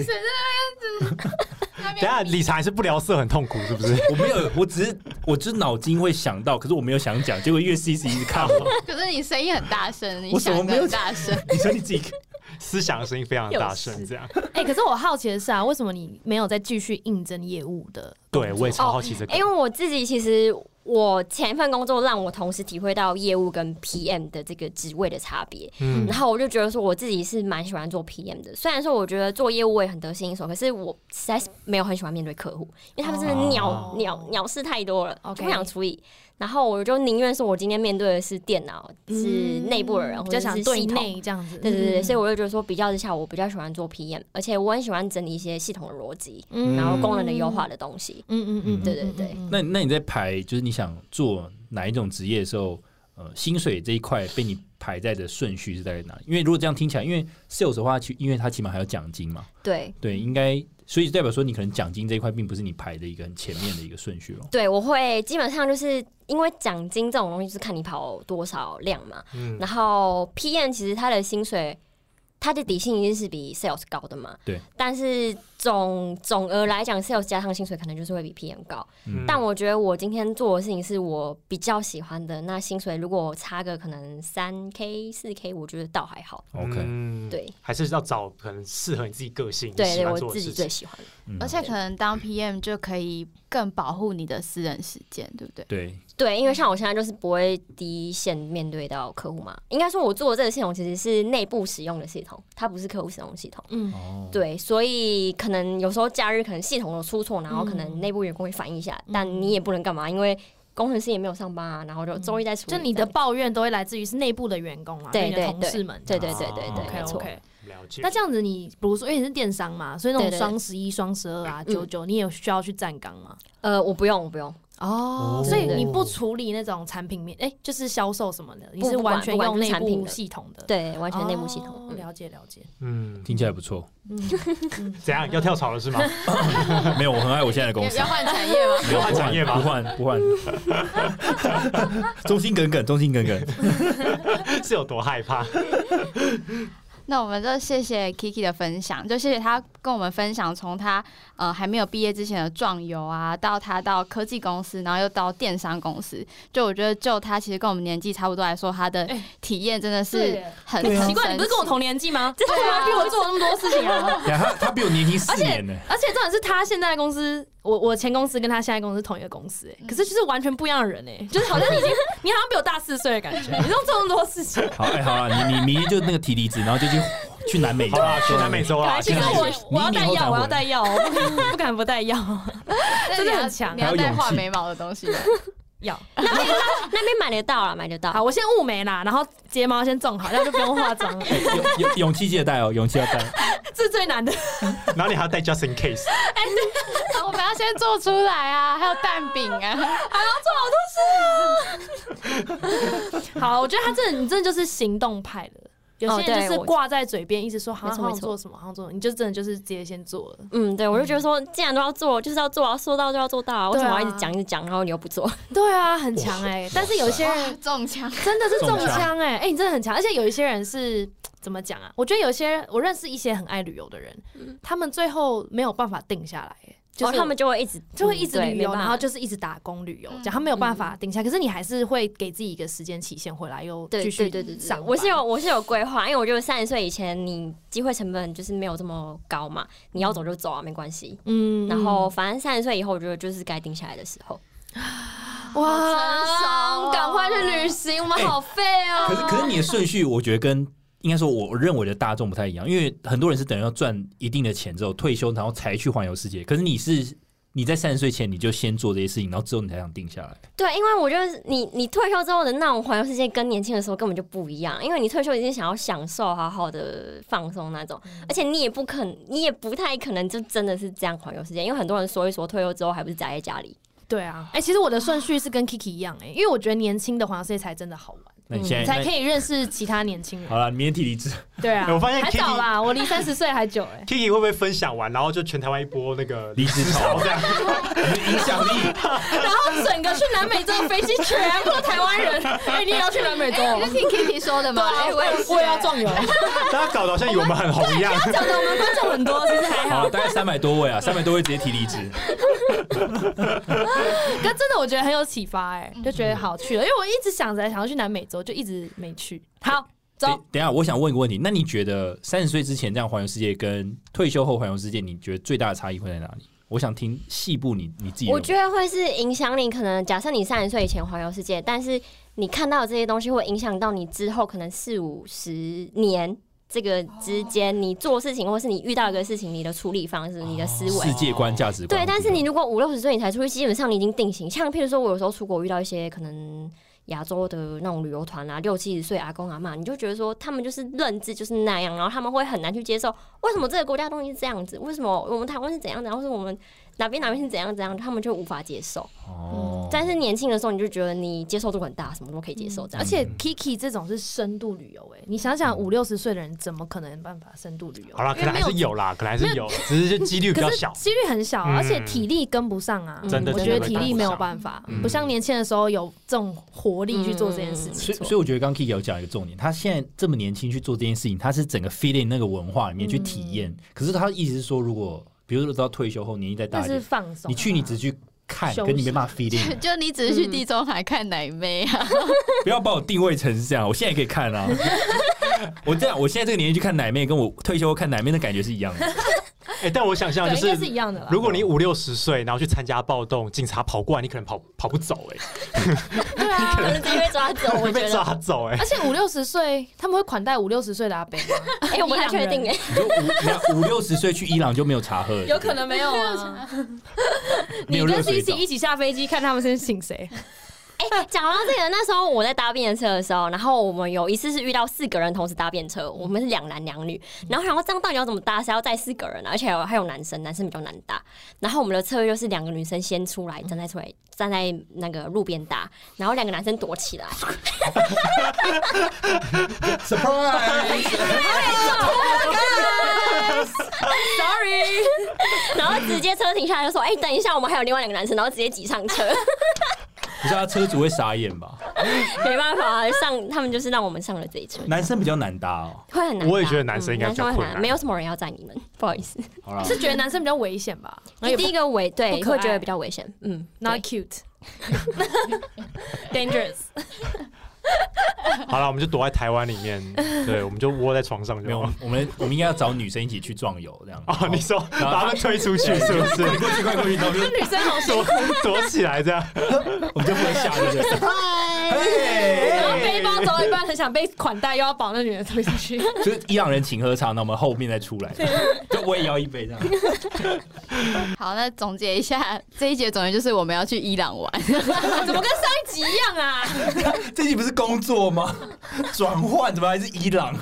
等一下理财是不聊色很痛苦，是不是？ 我没有，我只是我只是脑筋会想到，可是我没有想讲，结果越 C C 一直看我。可是你声音很大声，你我怎么想没的有很大 声。你说你自己思想的声音非常大声， 有事这样。哎、可是我好奇的是啊，为什么你没有再继续应征业务的？对，我也超好奇这个。哦因为我自己其实我前一份工作让我同时体会到业务跟 PM 的这个职位的差别，嗯然后我就觉得说我自己是蛮喜欢做 PM 的，虽然说我觉得做业务我也很得心应手，可是我实在是没有很喜欢面对客户，因为他们真的鸟、哦鸟鸟事太多了，就 OK 不想处理。然后我就宁愿说我今天面对的是电脑，是内部的人，嗯比或较者想是对系统。内这样子。嗯嗯对对对，所以以我就觉得说，比较之下，我比较喜欢做 PM，而且我很喜欢整理一些系统的逻辑，嗯然后功能的优化的东西。嗯嗯嗯，对对对嗯嗯嗯那那你在排就是你想做哪一种职业的时候，呃薪水这一块被你排在的顺序是在哪里？因为如果这样听起来，因为 sales 的话，其因为它起码还有奖金嗯嘛，对对，应该所以代表说你可能奖金这一块并不是你排的一个很前面的一个顺序哦。对，我会基本上就是因为奖金这种东西就是看你跑多少量嘛，嗯，然后 PM 其实他的薪水，他的底薪一定是比 sales 高的嘛。对。但是总总额来讲，sales 加上薪水可能就是会比 PM 高。嗯但我觉得我今天做的事情是我比较喜欢的，那薪水如果差个可能三 k 四 k，我觉得倒还好。 OK，、嗯对还是要找可能适合你自己个性、你对喜对，欢我做的自己事最情。喜欢的。嗯而且可能当 PM 就可以更保护你的私人时间，对不对？对，嗯对，因为像我现在就是不会第一线面对到客户嘛，应该说我做的这个系统其实是内部使用的系统，它不是客户使用的系统。嗯，哦，对，所以可能有时候假日可能系统有出错，然后可嗯能内部员工会反映一下，但你也不能干嘛，因为工程师也没有上班啊，然后就周一再处嗯理。就你的抱怨都会来自于是内部的员工啊，对你的对同事们。对对对对哦对， OK 没错。 OK，了解。那这样子你比如说，因为你是电商嘛，所以那种对对对双十一、双十二啊、嗯九九，你也有需要去站岗吗？呃，我不用，我不用，哦哦所以你不处理那种产品面，哎、就是销售什么的，你不是不管完全不管用就是内产品部的系统的，，对，完全内部系统。哦嗯 了解了解，嗯，听起来不错。嗯， 怎样？要跳槽了 是吗？没有，我很爱我现在的公司。换产业吗？ 没有要换产业吧不换不换， 忠心耿耿，忠心耿耿。是有多害 怕？ 那我们就谢谢 Kiki 的分享，就谢谢他跟我们分享从他呃还没有毕业之前的壮游啊，到他到科技公司，然后又到电商公司。就我觉得，就他其实跟我们年纪差不多来说，他的哎体验真的对是耶很奇怪，你不是跟我同年纪 吗？啊他怎么还比我做那么多事情啊？呀，他他比我年轻四年呢。 而且重点是他现在的公司，我我前公司跟他现在公司同一个公司、哎，可是就是完全不一样的人、哎，就是好像你已经你好像比我大四岁的感觉， 你都做那么多事情，好，哎，好了，你你明天就那个提离职，然后就去去南美。好啦，去南美洲啦，去其实南美我洲。我要你带以后才药，我要回带药，我不敢 不敢不带药，真的很强你要还有带勇画气眉毛的东西吗？药。那边买得到啦，买得 好，到。我先雾眉啦，然后睫毛先种好，这样就不用化妆了，勇勇勇气记得带哦，勇气要带。 这是最难的。然后你还要带 just in case， 我们要先做出来啊，还有蛋饼 啊。好，我觉得他真的，你真的就是行动派的。有些人哦就对是我挂在嘴边，一直说好没像错好没像错做什么，好像做什么，你就真的就是直接先做了。嗯，对，我就觉得说，既然都要做，就是要做啊，说到就要做到啊，为什么要一直讲一直讲，然后你又不做？对啊，很强哎、但是有一些人 中枪，真的是中中枪哎、哎、你真的很强，而且有一些人是怎么讲啊？我觉得有一些我认识一些很爱旅游的人，他们最后没有办法定下来、哎就然后是哦他们就会一直就会一直嗯对旅游，没办法然后就是一直打工旅游，嗯这样他没有办法定下来。可是你还是会给自己一个时间期限，回来又对继对续对对对上，班我是有我是有规划，因为我觉得三十岁以前你机会成本就是没有这么高嘛，你要走就走啊，没关系。嗯然后反正三十岁以后，我觉得就是该定下来的时候。嗯好成熟哦赶快去旅行，我们好废哦。可是可是你的顺序，我觉得跟应该说我认为的大众不太一样，因为很多人是等要赚一定的钱之后退休，然后才去环游世界。可是你是你在三十岁前你就先做这些事情，然后之后你才想定下来。对，因为我觉得你你退休之后的那种环游世界跟年轻的时候根本就不一样，因为你退休已经想要享受好好的放松那种，而且你也不肯，你也不太可能就真的是这样环游世界，因为很多人说一说退休之后还不是宅在家里。对啊，哎、其实我的顺序是跟 Kiki 一样哎、因为我觉得年轻的黄世界才真的好玩，那嗯你现在、才可以认识其他年轻那人。好了，你明天 提离职。对啊， 我发现还 Kiki- 早啦，我离三十岁还久 哎、 Kiki 会不会分享完，然后就全台湾一波那个离职潮这样？影响力。然后整个去南美洲的飞机全部台湾人，哎、你也要去南美洲哦？ 是听 Kiki 说的吗？哎我也是啊我也要壮 游，大家搞得好像以为我们很红一样。讲的我们观众很多，其实还好。好，大概三百多位啊，三百多位直接提 离职。可真的我觉得很有启发哎、就觉得好去了，因为我一直想着想要去南美洲，就一直没去。好，走等等一下，我想问一个问题，那你觉得三十岁之前这样环游世界跟退休后环游世界，你觉得最大的差异会在哪里？我想听细部你你自己认为。我觉得会是影响你，可能假设你三十岁以前环游世界，但是你看到的这些东西会影响到你之后可能四五十年这个之间，你做事情或是你遇到一个事情，你的处理方式、你的思维世。界观、价值观对，不一样。但是你如果五六十岁你才出去，基本上你已经定型。像譬如说，我有时候出国遇到一些可能亚洲的那种旅游团啊，六七十岁阿公阿妈，你就觉得说他们就是认知就是那样，然后他们会很难去接受为什么这个国家的东西是这样子，为什么我们台湾是怎样的，然后是我们哪边哪边是怎样怎样，他们就无法接受。哦，但是年轻的时候，你就觉得你接受度很大，什么都可以接受，这而样。且 Kiki 这种是深度旅游，哎，你想想五六十岁的人怎么可能办法深度旅游？好啦，可能还是有啦，可能还是有，只是就几啊率比较可是小。几率很小啊，嗯而且体力跟不上啊。真的我真觉的得体力没有办法嗯，不像年轻的时候有这种活力去做这件事嗯所情以，。所以我觉得刚 Kiki 有讲一个重点，他现在这么年轻去做这件事情，他是整个 fit in 那个文化里面去体验。可是他意思是说，如果比如说到退休后年纪再那大一是点，放松啊。你去你只去看，休息跟你没办法 fit in，就你只是嗯去地中海看奶妹啊， 不要把我定位成是这样，我现在也可以看 啊。我这样，我现在这个年纪去看奶妹，跟我退休后看奶妹的感觉是一样的。哎，但我想象对就应该是一样的啦。如果你五六十岁，然后去参加暴动，警察跑过来，你可能跑跑不走、欸，对 啊，可能直接被抓走，我会 觉被得。抓走、欸，而且五六十岁他们会款待五六十岁的阿伯吗？哎，我不太确定哎，你说五你看五六十岁去伊朗就没有茶喝了，有可能没有啊。对不对没你有跟热水 Cici 澡一起下飞机，看他们先请谁？ 哎，讲到这个，那时候我在搭便车的时候，然后我们有一次是遇到四个人同时搭便车，我们是两男两女，嗯然后然后这样到底要怎么搭？是要载四个人啊，而且还有还有男生，男生比较难搭。然后我们的策略就是两个女生先出来，站在出来站在那个路边搭，然后两个男生躲起来。 surprise， Sorry，然 后直接车停下来就说：“哎、等一下，我们还有另外两个男生。”然后直接挤上 车，你知道他车主会傻眼吧？没办法，啊上他们就是让我们上了这一车，男生比较难搭哦。会很难搭。我也觉得男生应该嗯比较男生会困很难难，没有什么人要载你们，不好意思。好啦，是觉得男生比较危险吧？然后也不第一个危不对可爱会觉得比较危险，嗯， not 对 cute，dangerous。Dangerous 好了，我们就躲在台湾里面，对，我们就窝在床上没有就。，我们我们应该要找女生一起去壮游这样。哦，你说后把他们推出去是不是？快过去，快过去，然后就女生好 躲躲起来这样，我们就不会吓对不对？然后背包走到一半，很想被款待，又要把那女人推出去。就是伊朗人请喝茶，那我们后面再出来，就我也要一杯这样。好，那总结一下这一节总结就是我们要去伊朗玩， 怎么跟上一集一样啊？这集不是工作吗？转换怎么还是伊朗？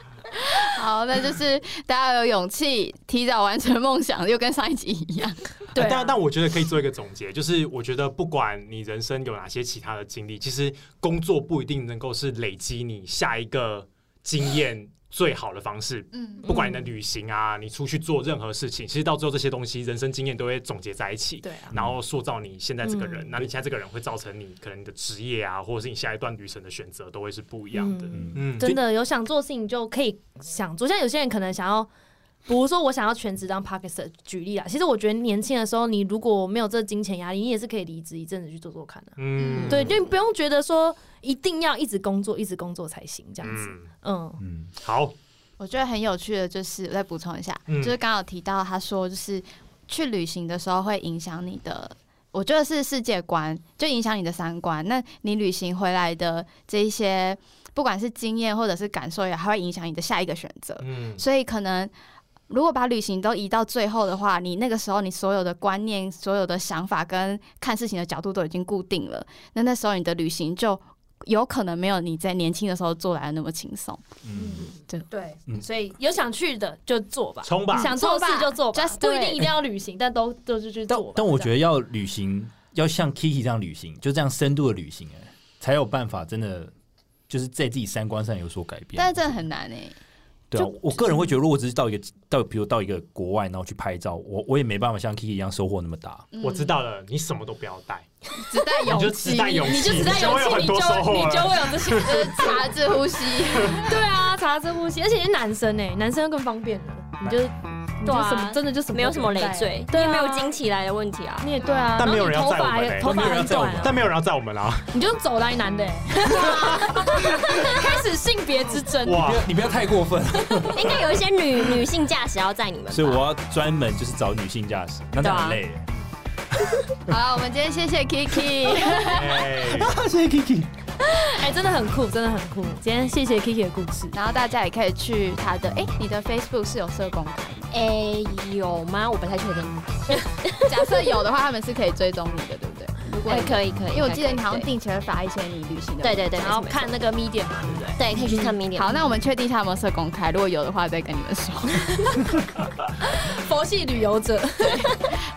好，那就是大家有勇气提早完成梦想，又跟上一集一样。 对啊但但我觉得可以做一个总结，就是我觉得不管你人生有哪些其他的经历，其实工作不一定能够是累积你下一个经验最好的方式。嗯，不管你的旅行啊，你出去做任何事情，其实到最后这些东西，人生经验都会总结在一起。对啊，然后塑造你现在这个嗯人，那、你现在这个人会造成你可能你的职业啊，或者是你下一段旅程的选择都会是不一样的。嗯嗯，真的有想做事情就可以想做。像有些人可能想要，比如说我想要全职当 p a r k e t 举例啊。其实我觉得年轻的时候，你如果没有这金钱压力，你也是可以离职一阵子去做做看的、嗯对，就你不用觉得说一定要一直工作，一直工作才行这样子。嗯，嗯，嗯，好，我觉得很有趣的就是，我再补充一下，嗯就是刚好提到他说，就是去旅行的时候会影响你的，我觉得是世界观，就影响你的三观。那你旅行回来的这一些，不管是经验或者是感受也好，还会影响你的下一个选择。嗯所以可能如果把旅行都移到最后的话，你那个时候你所有的观念、所有的想法跟看事情的角度都已经固定了，那那时候你的旅行就有可能没有你在年轻的时候做来的那么轻松。嗯，对，嗯所以有想去的就做吧，冲吧！想做的事就做吧 Just，do 不一定 it 一定要旅行，但都都是去但做吧。但我觉得得要旅行，要像 Kiki 这样旅行，就这样深度的旅行，哎，才有办法真的就是在自己三观上有所改变。但是真的很难哎、对啊就，我个人会觉得，如果只是到一个到，比如到一个国外，然后去拍照，我我也没办法像 Kiki 一样收获那么大。嗯我知，道了，你什么都不要带，只带你就勇只气，带勇气，你就只在就勇会有气，很你就多收获啊你就了。会有这 些。就是 察着呼吸。对啊，查这呼吸，而且是男生哎、男生更方便了，你就你就对啊什么真的就什么没有什么累都不带赘，对啊你也没有惊起来的问题啊。你也对啊，但没有人然要后你载头我发们欸也头发没有人要很载我短们啊，但没有人要载我们 啊！你就走来男的、欸，啊 开始性别之争。哇不要，你不要太过分，应该有一些女 女性驾驶要载你们吧。所以我要专门就是找女性驾驶，那这样很累。好了，我们今天谢谢 Kiki，哎谢谢 Kiki。哎、真的很酷，真的很酷。今天谢谢 Kiki 的故事，然后大家也可以去他的，哎、你的 Facebook 是有社工的，哎、有吗？我不太确定。 假设有的话，他们是可以追踪你的，对不对？如果哎、你可以可以，因为我记得你好像可以定期会发一些你旅行的，对对对，然后没错没错看那个 Media 嘛，对不对？对，可以去看 Medium。好，那我们确定一下有没有社公开，如果有的话再跟你们说。佛系旅游者，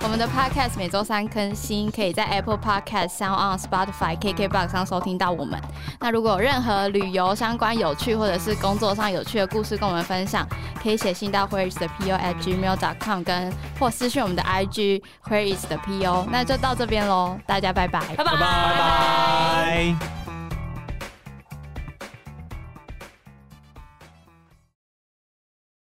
我们的 Podcast 每周三更新，可以在 Apple Podcast、Sound on、Spotify、KKBox 上收听到我们。那如果有任何旅游相关有趣或者是工作上有趣的故事跟我们分享，可以写信到 Where is the PO at gmail dot com，跟或私讯我们的 IG Where is the PO。那就到这边喽，大家拜拜。拜拜拜拜。